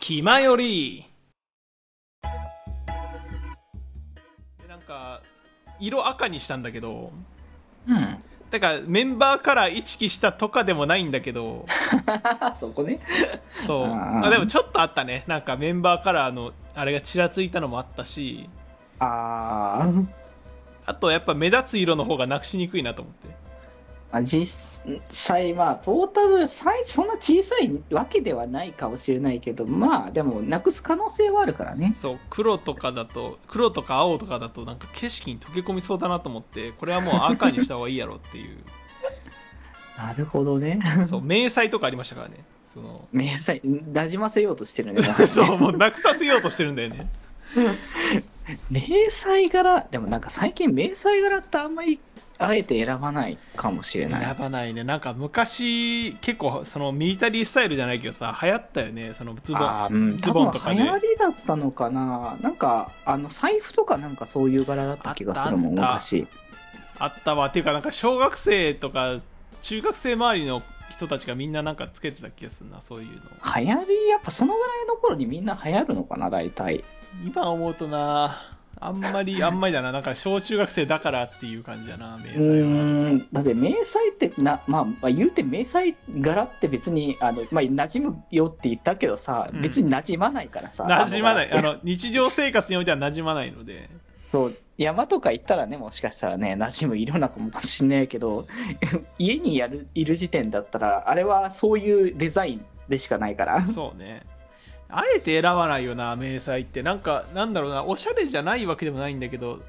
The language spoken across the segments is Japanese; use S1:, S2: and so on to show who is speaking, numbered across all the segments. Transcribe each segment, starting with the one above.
S1: ひまよりでなんか色赤にしたんだけど
S2: うん。
S1: だからメンバーカラー意識したとかでもないんだけ ど
S2: そこね。
S1: そう
S2: あー
S1: あでもちょっとあったねなんかメンバーカラーのあれがちらついたのもあったし
S2: あー
S1: あとやっぱ目立つ色の方がなくしにくいなと思って
S2: まあ、実際、まあ、ポータブルサイズ、そんな小さいわけではないかもしれないけど、まあ、でも、なくす可能性はあるからね。
S1: そう黒とかだと黒とか青とかだとなんか景色に溶け込みそうだなと思ってこれはもう赤にした方がいいやろっていう
S2: なるほどね。
S1: そう迷彩とかありましたからねその
S2: めんなさい、なじませようとしてるね。
S1: そうもうなくさせようとしてるんだよね
S2: 迷彩柄、でもなんか最近、迷彩柄ってあんまり、あえて選ばないかもしれない
S1: 選。ばないねなんか昔結構そのミリタリースタイルじゃないけどさ流行ったよねそのズボン
S2: あーうん、
S1: ズボンとかね
S2: 多分流行りだったのかな、なんか、あの財布とかなんかそういう柄だった気がするもん、
S1: あった
S2: 昔。
S1: あったわっていうかなんか小学生とか中学生周りの人たちがみんななんかつけてた気がするなそういうの
S2: 流行り、やっぱそのぐらいの頃にみんな流行るのかな、大体。
S1: 今思うとなあんまりあんまりだななんか小中学生だからっていう感じだな迷
S2: う
S1: 彩は
S2: ーんだって迷彩ってな、まあ、まあ言うて迷彩柄って別にあの、まあ、馴染むよって言ったけどさ、
S1: うん
S2: 別に馴染まないからさ
S1: 馴染まない
S2: あの
S1: あの日常生活においては馴染まないので
S2: そう山とか行ったらねもしかしたらね馴染む色なのかもしんないけど 家にやるいる時点だったらあれはそういうデザインでしかないから
S1: そうねあえて選ばないよな迷彩ってなんかなんだろうなおしゃれじゃないわけでもないんだけど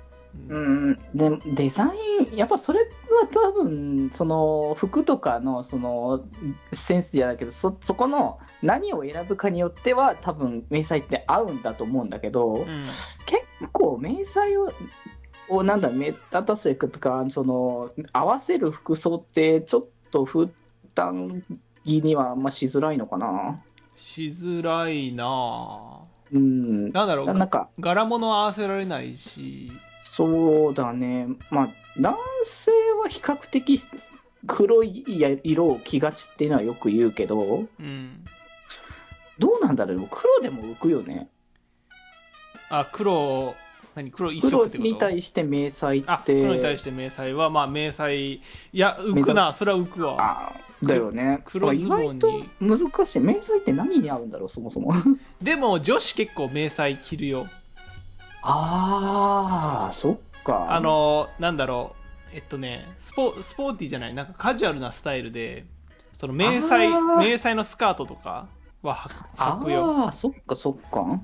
S1: う
S2: うんん、でデザイン、やっぱそれは多分その服とかのそのセンスじゃないけどそ、そこの何を選ぶかによっては、多分迷彩って合うんだと思うんだけど、
S1: うん
S2: 結構、迷彩を、をなんだ、目立たせるとかその、合わせる服装って、ちょっと負担着にはあんましづらいのかな。
S1: しづらいなぁ
S2: うん、
S1: なんだろう
S2: なんか
S1: 柄物合わせられないし
S2: そうだね、まあ、男性は比較的黒い色を着がちっていうのはよく言うけど、
S1: うん
S2: どうなんだろう、黒でも浮くよね、
S1: あ黒何黒一色
S2: 黒
S1: ってこと
S2: に対して迷彩って、
S1: あ黒に対して迷彩はまあ迷彩いや浮くなそれは浮くわ
S2: あだよね、
S1: 黒ズボンに
S2: だから意外と難しい、迷彩って何に合うんだろう、そもそも。
S1: でも女子結構迷彩着るよ
S2: ああ、そっか。
S1: あのなんだろうえっとねスポスポーティーじゃないなんかカジュアルなスタイルでその迷彩
S2: あー
S1: 迷彩のスカートとかは
S2: あ
S1: は履くよ
S2: あー、そっかそっか。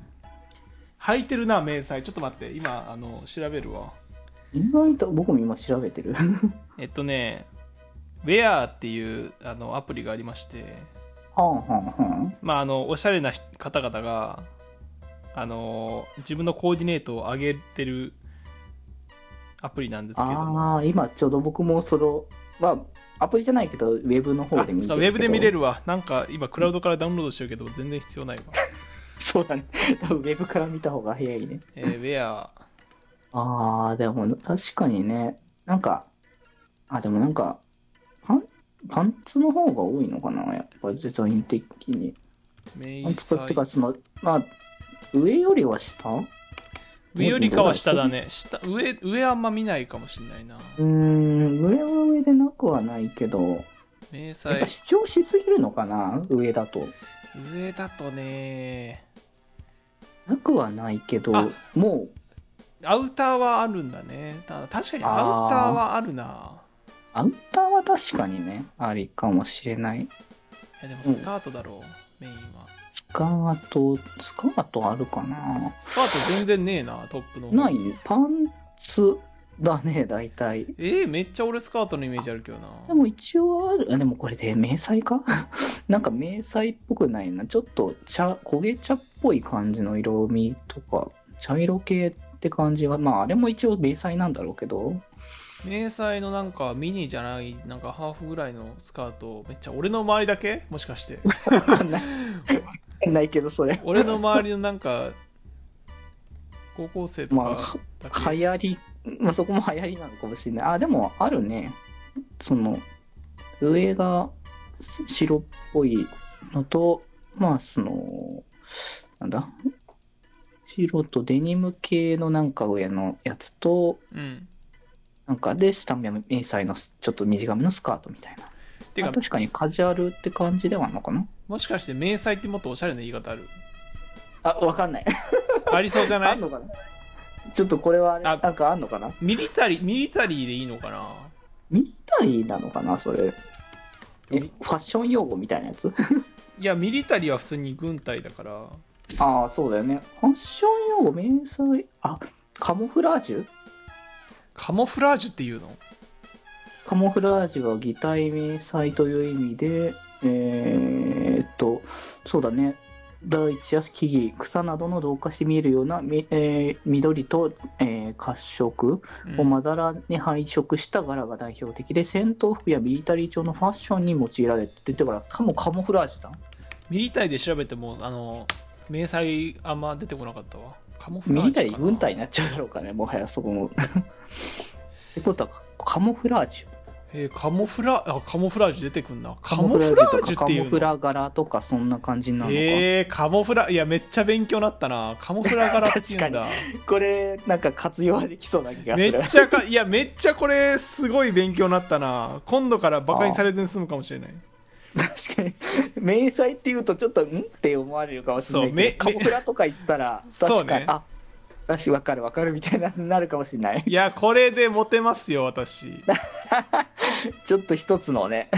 S1: 履いてるな迷彩ちょっと待って今あの調べるわ
S2: 意外と僕も今調べてる。
S1: えっとね、ウェアっていうあのアプリがありまして、
S2: はんはんはん。
S1: まあ、あのおしゃれな人方々があの自分のコーディネートを上げてるアプリなんですけども、
S2: ああー、今ちょうど僕もその、まあ、アプリじゃないけど、ウェブの
S1: あ
S2: 方で見
S1: そ
S2: て
S1: うかウェブで見れ
S2: る
S1: るわ、なんか今、クラウドからダウンロードしてるけど、全然必要ないわ。
S2: けど。そうだね。多分ウェブから見た方が早いね。
S1: えーウェア、
S2: ああ、でも確かにね、なんか、あ、でもなんか、パン、パンツの方が多いのかな、やっぱデザイン的に。
S1: 迷
S2: パンツ
S1: 彩
S2: と、か、その、まあ、上よりは下う
S1: 上よりかは下だね、下上上あんま見ないかもしれないな、
S2: ーん、上は上でなくはないけど、
S1: 迷
S2: やっぱ
S1: 彩、
S2: 主張しすぎるのかな、上だと。
S1: 上だとね、
S2: なくはないけど
S1: あ、
S2: もう、
S1: アウターはあるんだね、た確かにアウターはあるな。
S2: アウターは確かにね、ありかもしれない。
S1: いやでも
S2: うん
S1: スカートだろう、メインは
S2: スカート、スカートあるかな
S1: スカート全然ねえなトップの
S2: ないパンツだね、大体。
S1: えー、めっちゃ俺スカートのイメージあるけどな
S2: でも一応ある。あでもこれで迷彩か なんか迷彩っぽくないな。ちょっと茶、焦げ茶っぽい感じの色味とか、茶色系って感じが、まああれも一応迷彩なんだろうけど、
S1: 迷彩のなんかミニじゃないなんかハーフぐらいのスカートめっちゃ俺の周りだけもしかして
S2: ないけどそれ。
S1: 俺の周りのなんか高校生と
S2: ま
S1: かだけ、
S2: あ、流行り、まあ、そこも流行りなのかもしれない。あ、でもあるね。その、上がし白っぽいのと、まあ、その、なんだ白とデニム系のなんか上のやつと、
S1: うん。
S2: なんかで、下目迷彩のスちょっと短めのスカートみたいな。
S1: て
S2: あ
S1: か、
S2: 確かにカジュアルって感じではあるのかな
S1: もしかして迷彩ってもっとおしゃれな言い方ある
S2: あ、わかんない。
S1: ありそうじゃな
S2: あ
S1: い
S2: んのかなちょっとこれはあれ、
S1: あ
S2: なんかあんのかな
S1: ミリタリー、ミリタリーでいいのかな
S2: ミリタリーなのかなそれ。え、フ
S1: み
S2: ァッション用語みたいなやつ
S1: いや、ミリタリーは普通に軍隊だから、
S2: ああ、そうだよね。ファッション用語、迷彩、あ、カモフラージュ
S1: カモフラージュっていうの
S2: カモフラージュは擬態迷彩という意味で、えーっと、そうだね、大地や木々、草などの同化して見えるような、みえー緑と、えー褐色
S1: うん
S2: をまだらに配色した柄が代表的で、戦闘服やミリタリー調のファッションに用いられててから、かもカモフラージュだ。
S1: ミリタリーで調べても、あの、迷彩あんま出てこなかったわ。カモフラ
S2: ミ
S1: ージ
S2: リ
S1: ュかな
S2: タリー軍隊になっちゃうだろうかね、もはやそこ も。ってことは、カモフラージュ
S1: えーカモフラあカモフラージュ出てくんなカ
S2: カ
S1: モ
S2: モ
S1: フ
S2: フ
S1: ラ
S2: ラ
S1: ー
S2: ー
S1: ジ
S2: ジュと
S1: ュ
S2: か
S1: って
S2: カ
S1: い
S2: モ
S1: う
S2: フ
S1: の
S2: ラ柄とか、そんな感じなのか。
S1: えー、カモフラいやめっちゃ勉強なったなカモフラ柄ってい うんだ
S2: これなんか活用はできそうな気がす
S1: め
S2: る
S1: っちゃかいやめっちゃこれすごい勉強になったな今度からバカにされずに済むかもしれない
S2: 確かに迷彩っていうとちょっとんって思われるかもしれない
S1: そうめ
S2: けどカモフラとか言ったら確
S1: そ
S2: か
S1: う
S2: に、
S1: ね
S2: あ私わかるわかるみたいななるかもしれない
S1: いやこれでモテますよ私
S2: ちょっと一つのね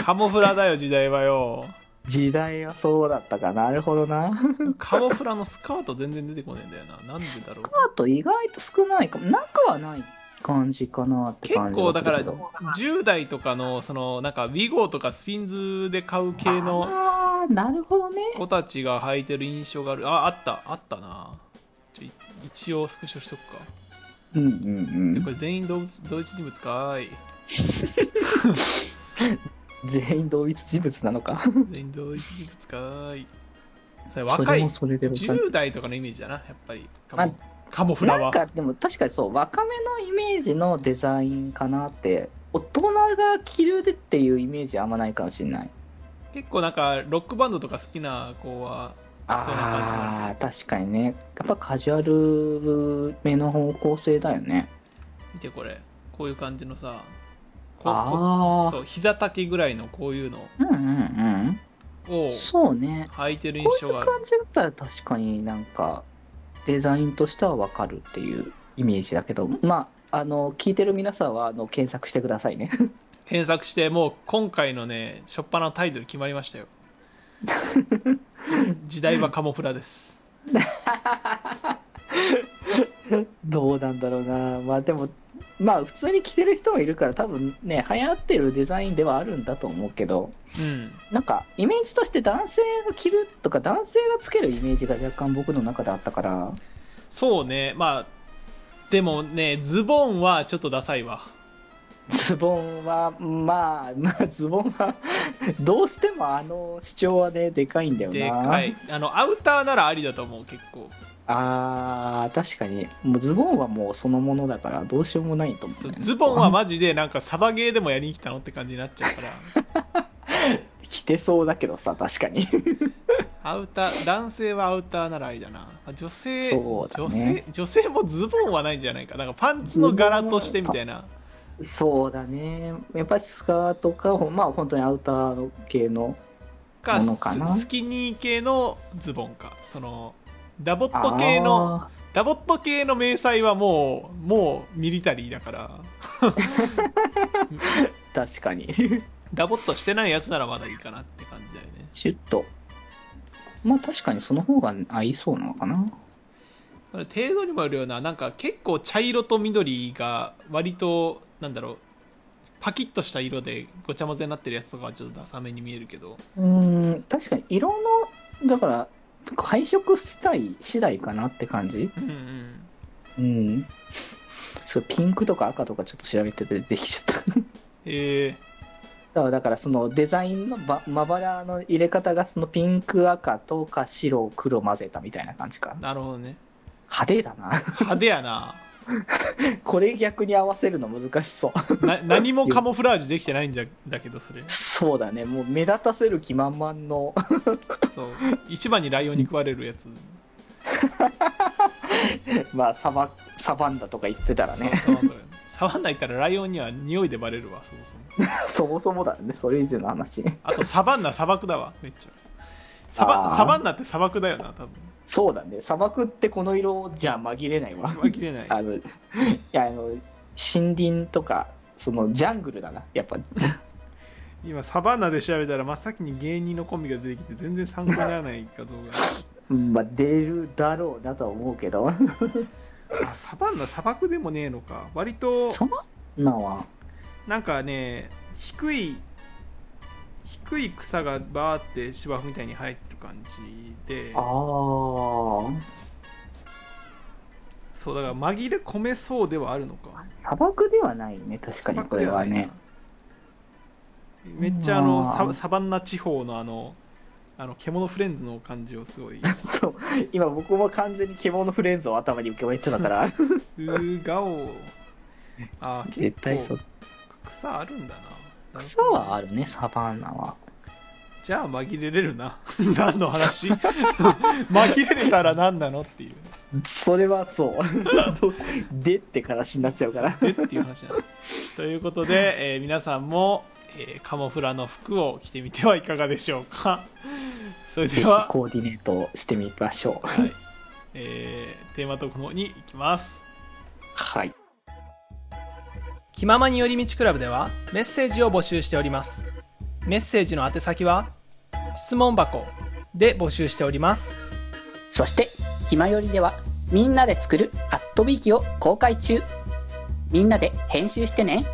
S1: カモフラだよ時代はよ
S2: 時代はそうだったかなるほどな
S1: カモフラのスカート全然出てこねえんだよななんでだろう
S2: あと意外と少ないかもなくはない感じかなって
S1: 結
S2: 感じ
S1: 構だから
S2: けど
S1: 10代とかのそのなんかウィゴーとかスピンズで買う系の
S2: ああなるほどね
S1: 子たちが履いてる印象があるああったあったなちょい一応スクショしとくか
S2: うんう
S1: で
S2: ん
S1: これ全員同一同一人物かーい
S2: うん全員同一人物なのか
S1: 全員同一人物かーいそれ若い
S2: それもそれでわかる
S1: 10代とかのイメージだなやっぱりカ
S2: まあ
S1: モカモフラ
S2: なん
S1: は
S2: かでも確かにそう若めのイメージのデザインかなって大人が着るっていうイメージあんまないかもしれない
S1: 結構なんかロックバンドとか好きな子はそうな感じかな
S2: あー確かにねやっぱカジュアル目の方向性だよね
S1: 見てこれこういう感じのさここ
S2: ああ
S1: そう膝丈ぐらいのこういうの
S2: うんうん
S1: を
S2: うんそうね
S1: 履いてる印
S2: こうい
S1: 象
S2: う
S1: があ
S2: 感
S1: る
S2: じだったら確かになんかデザインとしてはわかるっていうイメージだけどまああの聞いてる皆さんはあの検索してくださいね
S1: 検索してもう今回のね初っ端のタイトル決まりました よ時代はカモフラです
S2: どうなんだろうな、まあでも、まあ普通に着てる人もいるから、多分ね、流行ってるデザインではあるんだと思うけど、
S1: うん
S2: なんかイメージとして男性が着るとか、男性がつけるイメージが若干僕の中であったから、
S1: そうねまあでもねズボンはちょっとダサいわ
S2: ズボンは、まあ、まあ、ズボンは、 どうしてもあの主張はね、でかいんだよな。
S1: でかいあのアウターならありだと思う結構
S2: あー、確かに、もうズボンはもうそのものだから、どうしようもないと思う
S1: そ
S2: ね、
S1: うズボンはマジでなんかサバゲーでもやりに来たのって感じになっちゃうから
S2: 着てそうだけどさ、確かに。
S1: アウター男性はアウターならありだなあ女性、
S2: そうだ
S1: 女
S2: ね
S1: 性女性もズボンはないんじゃないかなんかパンツの柄としてみたいな
S2: そうだね。やっぱりスカートか、ほんまあ本当にアウターの系の。
S1: か
S2: ものかな
S1: ススキニー系のズボンかそのダボット系の
S2: あ
S1: ダボット系の迷彩はもうもうミリタリーだから
S2: ー確かに。
S1: ダボっとしてないやつならまだいいかなって感じだよね
S2: シュッと。まあ確かにその方が合いそうなのかな。
S1: これ程度にもよるようななんか結構茶色と緑が割となんだろうパキッとした色でごちゃ混ぜになってるやつとかはちょっとダサめに見えるけど
S2: うーん、確かに色の、だから、配色したい次第かなって感じ。
S1: うんうん
S2: うん。そうピンクとか赤とかちょっと調べてて出てきちゃった。
S1: え
S2: だからだからそのデザインのばまばらの入れ方がそのピンク赤とか白黒混ぜたみたいな感じか
S1: ー、なるほどね
S2: 派手だな
S1: 派手やな
S2: これ逆に合わせるの難しそう。
S1: な何もカモフラージュできてないんじゃだけどそれ
S2: そうだね、もう目立たせる気満々の。
S1: そう一番にライオンに食われるやつ
S2: まあ、サバ、サバンダとか言ってたらね。
S1: そうそう触んないからライオンには匂いでバレるわそもそも
S2: そもそもだね、それ以前の話。
S1: あとサバンナ砂漠だわめっちゃサ
S2: あ
S1: バ
S2: ー
S1: サバンナって砂漠だよな多分
S2: そうだね、砂漠ってこの色じゃ紛れないわ。
S1: 紛切れない
S2: あの、いや、あの、森林とか、そのジャングルだな、やっぱ。
S1: 今サバンナで調べたら真っ先に芸人のコンビが出てきて全然参考にならない画像
S2: まあ、出るだろうなとは思うけど。
S1: があサバンナ砂漠でもねえのか割と
S2: そんなのは、
S1: なんかね低い低い草がバーって芝生みたいに生えてる感じで
S2: ああ。
S1: そうだから紛れ込めそうではあるのか
S2: 砂漠ではないね、確かにこれはね。
S1: めっちゃあの
S2: う
S1: サ
S2: わー
S1: サバンナ地方のあのあの獣フレンズの感じをすご い
S2: そう、今僕も完全に獣フレンズを頭に浮かべてたから、
S1: うーがおあー
S2: 絶
S1: 結
S2: 対そ
S1: 構
S2: う。
S1: 草あるんだな
S2: 草はあるね、サバンナは。
S1: じゃあ紛れれるな 何の話 紛れれたら何なのっていう
S2: それはそう。 どでって話になっちゃうから。
S1: でっていう話なのということで、えー皆さんも、えーカモフラの服を着てみてはいかがでしょうか それ
S2: ぜひ
S1: では、
S2: コーディネートをしてみましょう。
S1: はいえーテーマトークの方に行きます
S2: はい。
S1: 気ままに寄り道クラブではメッセージを募集しておりますメッセージの宛先は質問箱で募集しております
S2: そして、ひまよりでは、みんなで作るアットビーキを公開中。みんなで編集してね。